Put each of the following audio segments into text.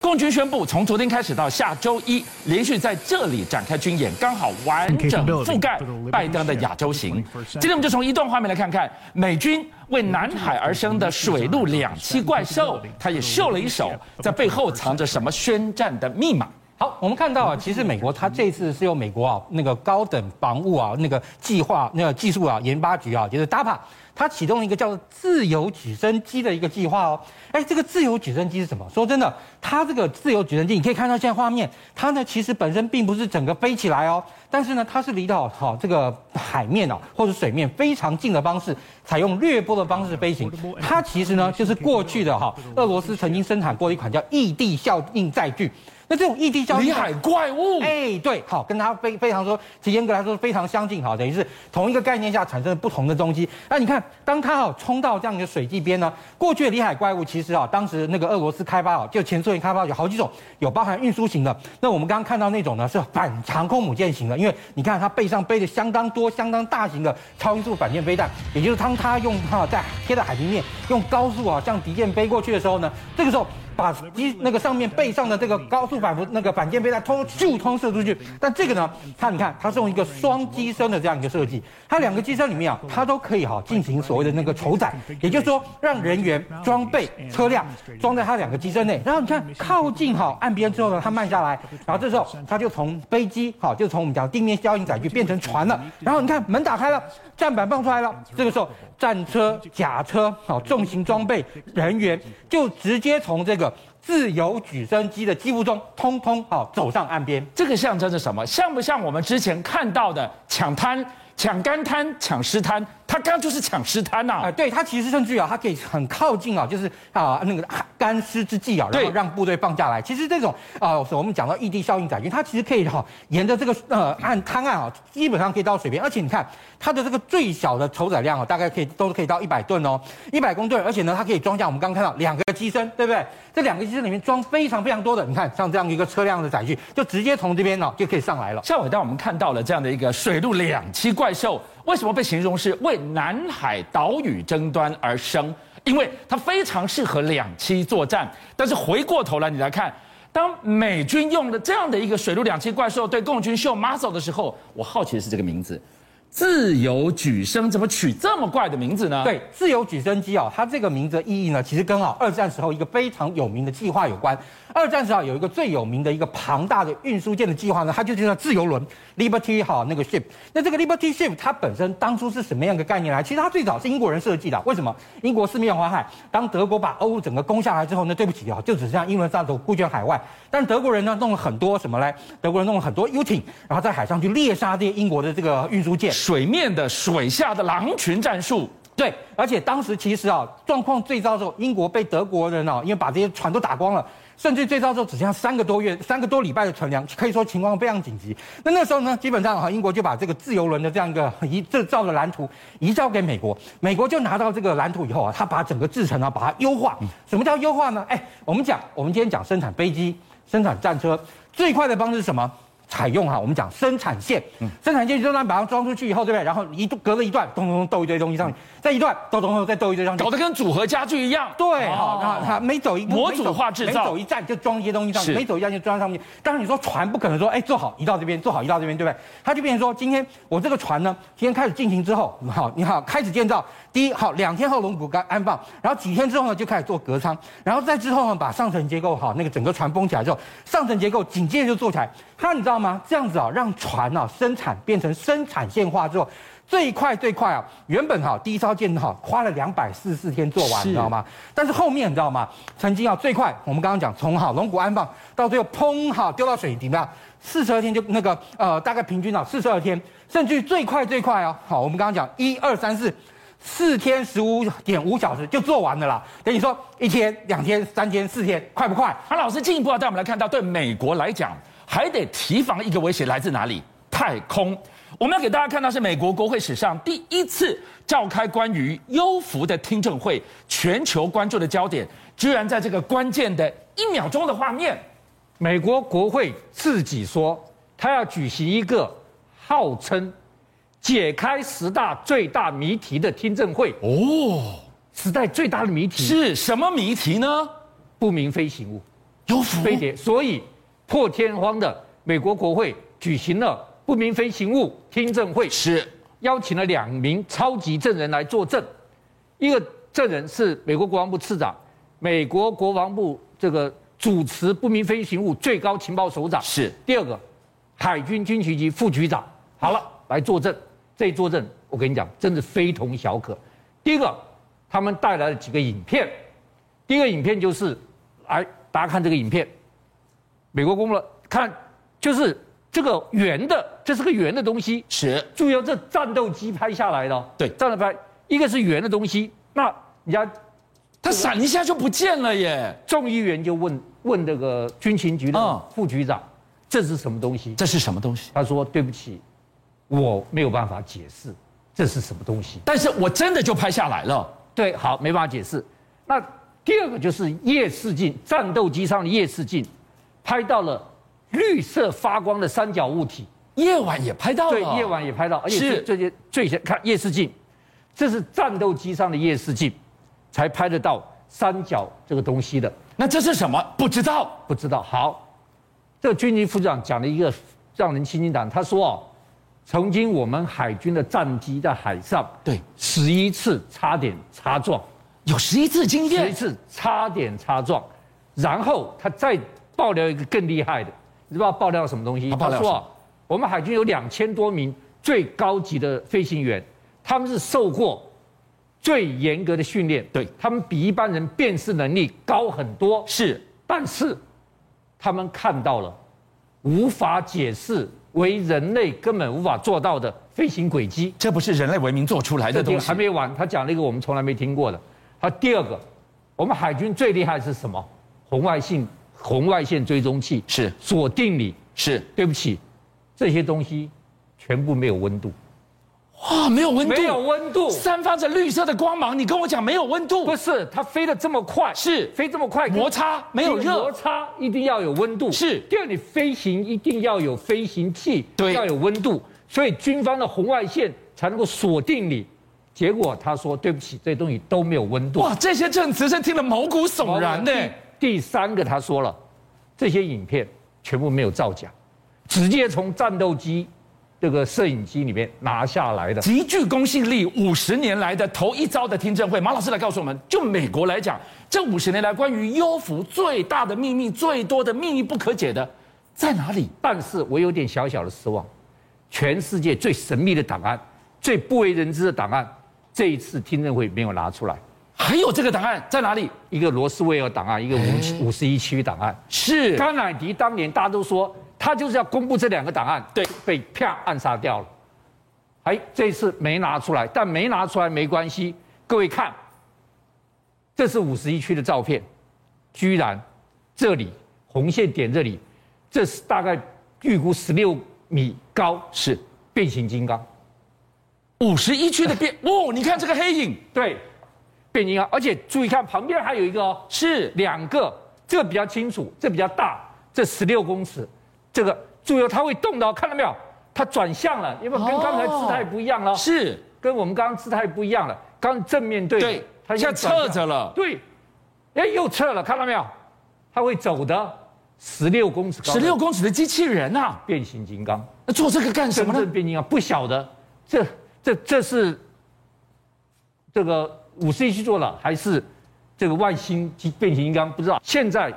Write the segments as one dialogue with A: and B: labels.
A: 共军宣布，从昨天开始到下周一，连续在这里展开军演，刚好完整覆盖拜登的亚洲行。今天我们就从一段画面来看看，美军为南海而生的水陆两栖怪兽，它也秀了一手，在背后藏着什么宣战的密码。
B: 好，我们看到啊，其实美国它这次是由美国啊那个高等防务啊那个计划那个技术啊研发局啊，就是 DAPA，它启动了一个叫做自由举升机的一个计划哦。哎，这个自由举升机是什么？说真的，它这个自由举升机，你可以看到现在画面，它呢其实本身并不是整个飞起来哦，但是呢它是离到好、哦、这个海面哦或者水面非常近的方式，采用掠波的方式飞行。它其实呢就是过去的哈、哦、俄罗斯曾经生产过一款叫异地效应载具。那这种异地效应，
A: 里海怪物，
B: 哎，对，好，跟它非非常说，其实严格来说非常相近，哈，等于是同一个概念下产生了不同的东西。那你看，当它哦冲到这样的水际边呢，过去的里海怪物其实啊，当时那个俄罗斯开发啊，就前苏联开发有好几种，有包含运输型的。那我们刚刚看到那种呢是反航空母舰型的，因为你看它背上背着相当多、相当大型的超音速反舰飞弹，也就是当它用哈在贴在海平面用高速啊向敌舰飞过去的时候呢，这个时候。把机那个上面背上的这个高速反复那个反舰飞弹通就通射出去，但这个呢，它你看它是用一个双机身的这样一个设计，它两个机身里面啊，它都可以哈、啊、进行所谓的那个筹载，也就是说让人员、装备、车辆装在它两个机身内，然后你看靠近好、啊、岸边之后呢，它慢下来，然后这时候它就从飞机好、啊、就从我们讲地面消音载具变成船了，然后你看门打开了，站板放出来了，这个时候战车、甲车好重型装备、人员就直接从这个。自由举升机的机腹中，通通好走上岸边。
A: 这个象征着什么？像不像我们之前看到的抢滩、抢干滩、抢湿滩？它刚就是抢湿滩呐！
B: 啊，对，它其实甚至啊，它可以很靠近啊，就是啊那个干湿之际啊，然后让部队放下来。其实这种啊，我们讲到异地效应载具，它其实可以哈、啊，沿着这个呃岸滩岸啊，基本上可以到水边，而且你看它的这个最小的筹载量啊，大概可以都可以到一百吨哦，一百公吨，而且呢，它可以装下我们刚刚看到两个机身，对不对？这两个机身里面装非常非常多的，你看像这样一个车辆的载具，就直接从这边呢、啊、就可以上来了。
A: 下午当我们看到了这样的一个水陆两栖怪兽。为什么被形容是为南海岛屿争端而生？因为它非常适合两栖作战。但是回过头来，你来看，当美军用了这样的一个水陆两栖怪兽对共军秀 muscle 的时候，我好奇的是这个名字。自由举升怎么取这么怪的名字呢？
B: 对，自由举升机啊、哦，它这个名字的意义呢，其实跟啊、哦、二战时候一个非常有名的计划有关。二战时候有一个最有名的一个庞大的运输舰的计划呢，它就叫自由轮 （Liberty） 哈、哦、那个 ship。那这个 Liberty ship 它本身当初是什么样一个概念来？其实它最早是英国人设计的。为什么？英国四面环海，当德国把欧整个攻下来之后呢，对不起啊，就只剩下英伦沙头孤悬海外。但德国人呢弄了很多什么嘞？德国人弄了很多 U 艇，然后在海上去猎杀这些英国的这个运输舰。
A: 水面的、水下的狼群战术，
B: 对，而且当时其实啊，状况最糟的时候，英国被德国人啊，因为把这些船都打光了。甚至最糟时候只剩下三个多月、三个多礼拜的存粮，可以说情况非常紧急。那那时候呢，基本上哈，啊英国就把这个自由轮的这样一个 一这造的蓝图移交给美国，美国就拿到这个蓝图以后啊，他把整个制程啊把它优化。什么叫优化呢？哎，我们讲，我们今天讲生产飞机、生产战车，最快的方式是什么？采用哈、啊，我们讲生产线，生产线就让把它装出去以后，对不对？然后一隔了一段，咚咚咚斗一堆东西上去，再一段，咚咚咚再斗一堆上去，
A: 搞得跟组合家具一样。
B: 对，好、哦，那每走一步，
A: 模组化制造，
B: 每走一站就装一些东西上去，每走一站就装上面。当然你说船不可能说，哎，做好移到这边，做好移到这边，对不对？它就变成说，今天我这个船呢，今天开始进行之后，好，你好，开始建造。第一，好，两天后龙骨干安放，然后几天之后呢，就开始做隔舱，然后再之后呢，把上层结构好，那个整个船封起来之后，上层结构紧接着就做起来。它你知道。吗？这样子啊，让船啊生产变成生产线化之后，最快最快啊，原本哈、啊、第一艘舰哈、啊、花了两百四十四天做完，你知道吗？但是后面你知道吗？曾经啊最快，我们刚刚讲从好龙骨安放到最后砰哈丢到水底了，四十二天就那个呃大概平均啊四十二天，甚至最快最快啊，好我们刚刚讲一二三四。四天十五点五小时就做完了啦，等于说一天、两天、三天、四天，快不快？
A: 韩、啊、老师进一步要带我们来看到，对美国来讲，还得提防一个威胁来自哪里？太空。我们要给大家看到是美国国会史上第一次召开关于优福的听证会，全球关注的焦点居然在这个关键的一秒钟的画面。
C: 美国国会自己说，他要举行一个号称。解开十大最大谜题的听证会哦，时代最大的谜题
A: 是什么谜题呢？
C: 不明飞行物。
A: 有符
C: 飞碟，所以破天荒的美国国会举行了不明飞行物听证会，
A: 是
C: 邀请了两名超级证人来作证，一个证人是美国国防部次长，美国国防部这个主持不明飞行物最高情报首长，
A: 是
C: 第二个海军军区局副局长。好了，来作证，这一作证我跟你讲，真是非同小可。第一个，他们带来了几个影片，第一个影片就是，来大家看这个影片，美国公布了，看就是这个圆的，这是个圆的东西，
A: 是
C: 注意哦，这战斗机拍下来的哦，
A: 对
C: 战斗拍，一个是圆的东西，那人家
A: 它闪一下就不见了耶，
C: 众议员就问问这个军情局
A: 嗯
C: 的副局长，啊这是什么东西？
A: 这是什么东西？
C: 他说对不起，我没有办法解释这是什么东西。
A: 但是我真的就拍下来了，
C: 对，好，没办法解释。那第二个就是夜视镜，战斗机上的夜视镜，拍到了绿色发光的三角物体。
A: 夜晚也拍到了，
C: 对，夜晚也拍到，而且
A: 哦是
C: 是这些最先看夜视镜，这是战斗机上的夜视镜，才拍得到三角这个东西的。
A: 那这是什么？不知道。
C: 不知道。好，这个军级副长讲了一个让人心惊胆，他说哦，曾经我们海军的战机在海上
A: 对，
C: 十一次差点擦撞，
A: 有十一次经
C: 十一
A: 验，
C: 次差点擦撞，然后他再爆料一个更厉害的，你知道爆料什么东西？
A: 他爆料
C: 说
A: 什
C: 啊，我们海军有两千多名最高级的飞行员，他们是受过最严格的训练，
A: 对
C: 他们比一般人辨识能力高很多，
A: 是
C: 但是他们看到了无法解释、为人类根本无法做到的飞行轨迹。
A: 这不是人类文明做出来的
C: 这
A: 东
C: 个
A: 西
C: 还？没完，他讲了一个我们从来没听过的。他第二个，我们海军最厉害是什么？红外线红外线追踪器
A: 是
C: 锁定你。
A: 是
C: 对不起，这些东西全部没有温度，
A: 哇，没有温度，
C: 没有温度。
A: 散发着绿色的光芒。你跟我讲没有温度
C: 不，是，它飞得这么快，
A: 是
C: 飞这么快，
A: 摩擦没有
C: 摩
A: 热，
C: 擦一定要有温度。
A: 是
C: 第二，你飞行一定要有飞行器，
A: 对
C: 要有温度，所以军方的红外线才能够锁定你。结果他说对不起，这东西都没有温度。
A: 哇，这些证词真听得毛骨悚然呢。
C: 第第三个，他说了，这些影片全部没有造假，直接从战斗机这个摄影机里面拿下来的。
A: 极具公信力，五十年来的头一遭的听证会，马老师来告诉我们，就美国来讲，这五十年来关于优抚最大的秘密、最多的秘密不可解的在哪里？
C: 但是我有点小小的失望，全世界最神秘的档案、最不为人知的档案，这一次听证会没有拿出来。
A: 还有这个答案在哪里？
C: 一个罗斯威尔档案，一个五五十一区档案。
A: 是
C: 甘乃迪当年大家都说他就是要公布这两个档案，
A: 对，
C: 被啪暗杀掉了。哎，这次没拿出来，但没拿出来没关系。各位看，这是五十一区的照片，居然这里红线点这里，这是大概预估十六米高
A: 是
C: 变形金刚。
A: 五十一区的 变，哦，你看这个黑影
C: 对，变形金刚，而且注意看旁边还有一个哦，
A: 是
C: 两个，这个比较清楚，这比较大，这十六公尺，这个注意哦，它会动的哦，看到没有？它转向了，因为跟
A: 哦
C: 刚才姿态不一样了，
A: 是，
C: 跟我们刚刚姿态不一样了，刚正面对，
A: 对，
C: 它
A: 它现在
C: 转向
A: 侧，着了，
C: 对，哎，又侧了，看到没有？它会走的，十六公尺高，
A: 十六公尺的机器人啊，
C: 变形金刚，
A: 那做这个干什
C: 真
A: 么
C: 正
A: 呢？
C: 变形金刚啊不晓得，这这这是这个五十一去做了，还是这个外星机变形金刚不知道。现在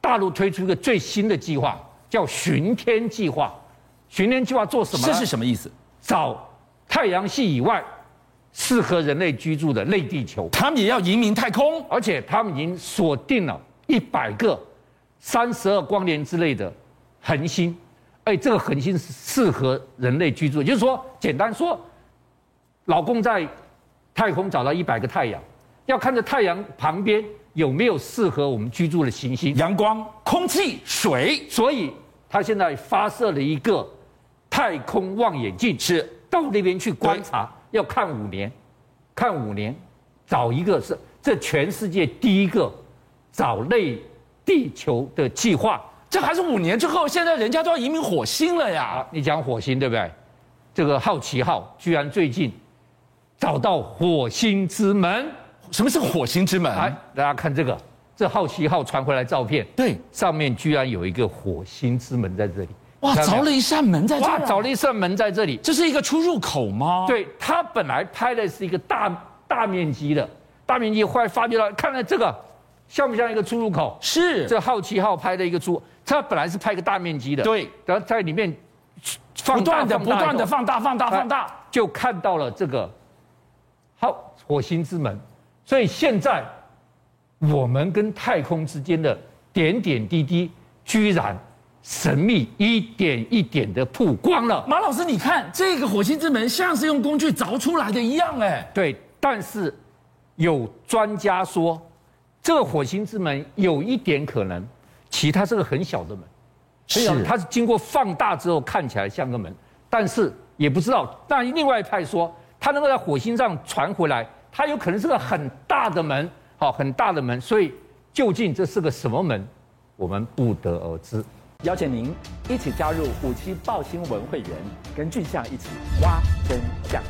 C: 大陆推出一个最新的计划，叫巡天计划。巡天计划做什么
A: 这
C: 呢？
A: 是什么意啊思？
C: 找太阳系以外适合人类居住的类地球，
A: 他们也要移民太空？
C: 而且他们已经锁定了一百个三十二光年之内的恒星。哎，这个恒星是适合人类居住，也就是说，简单说，老公在太空找到一百个太阳，要看着太阳旁边有没有适合我们居住的行星。
A: 阳光、空气、水
C: 所以他现在发射了一个太空望远镜，
A: 是
C: 到那边去观察，要看五年，看五年，找一个是这全世界第一个找类地球的计划
A: 这还是五年之后，现在人家都要移民火星了呀
C: 啊！！你讲火星对不对？这个好奇号居然最近找到火星之门，
A: 什么是火星之门？嗯
C: 哎，大家看这个，这好奇号传回来照片，
A: 对，
C: 上面居然有一个火星之门在这里。
A: 哇，
C: 看到
A: 凿
C: 没有
A: 了一扇门在这
C: 哇，
A: 儿啊
C: 找了一扇门在这里。
A: 这是一个出入口吗？，
C: 对他本来拍的是一个大大面积的，大面积，后来发觉到，看了这个像不像一个出入口？
A: 是
C: 这好奇号拍的一个出，他本来是拍一个大面积的，
A: 对，
C: 然后在里面
A: 不
C: 放大
A: 断的、不
C: 大以
A: 断
C: 后
A: 的放大、哎放大、放大。
C: 就看到了这个好火星之门。所以现在我们跟太空之间的点点滴滴，居然神秘一点一点的曝光了。
A: 马老师，你看这个火星之门像是用工具凿出来的一样，哎，
C: 对，但是有专家说，这个火星之门有一点可能，其他是个很小的门，很小的它是经过放大之后看起来像个门，但是也不知道。但另外一派说，它能够在火星上传回来，它有可能是个很大的门，好，很大的门。所以究竟这是个什么门，我们不得而知。
D: 邀请您一起加入五七报新闻会员，跟俊相一起挖真相。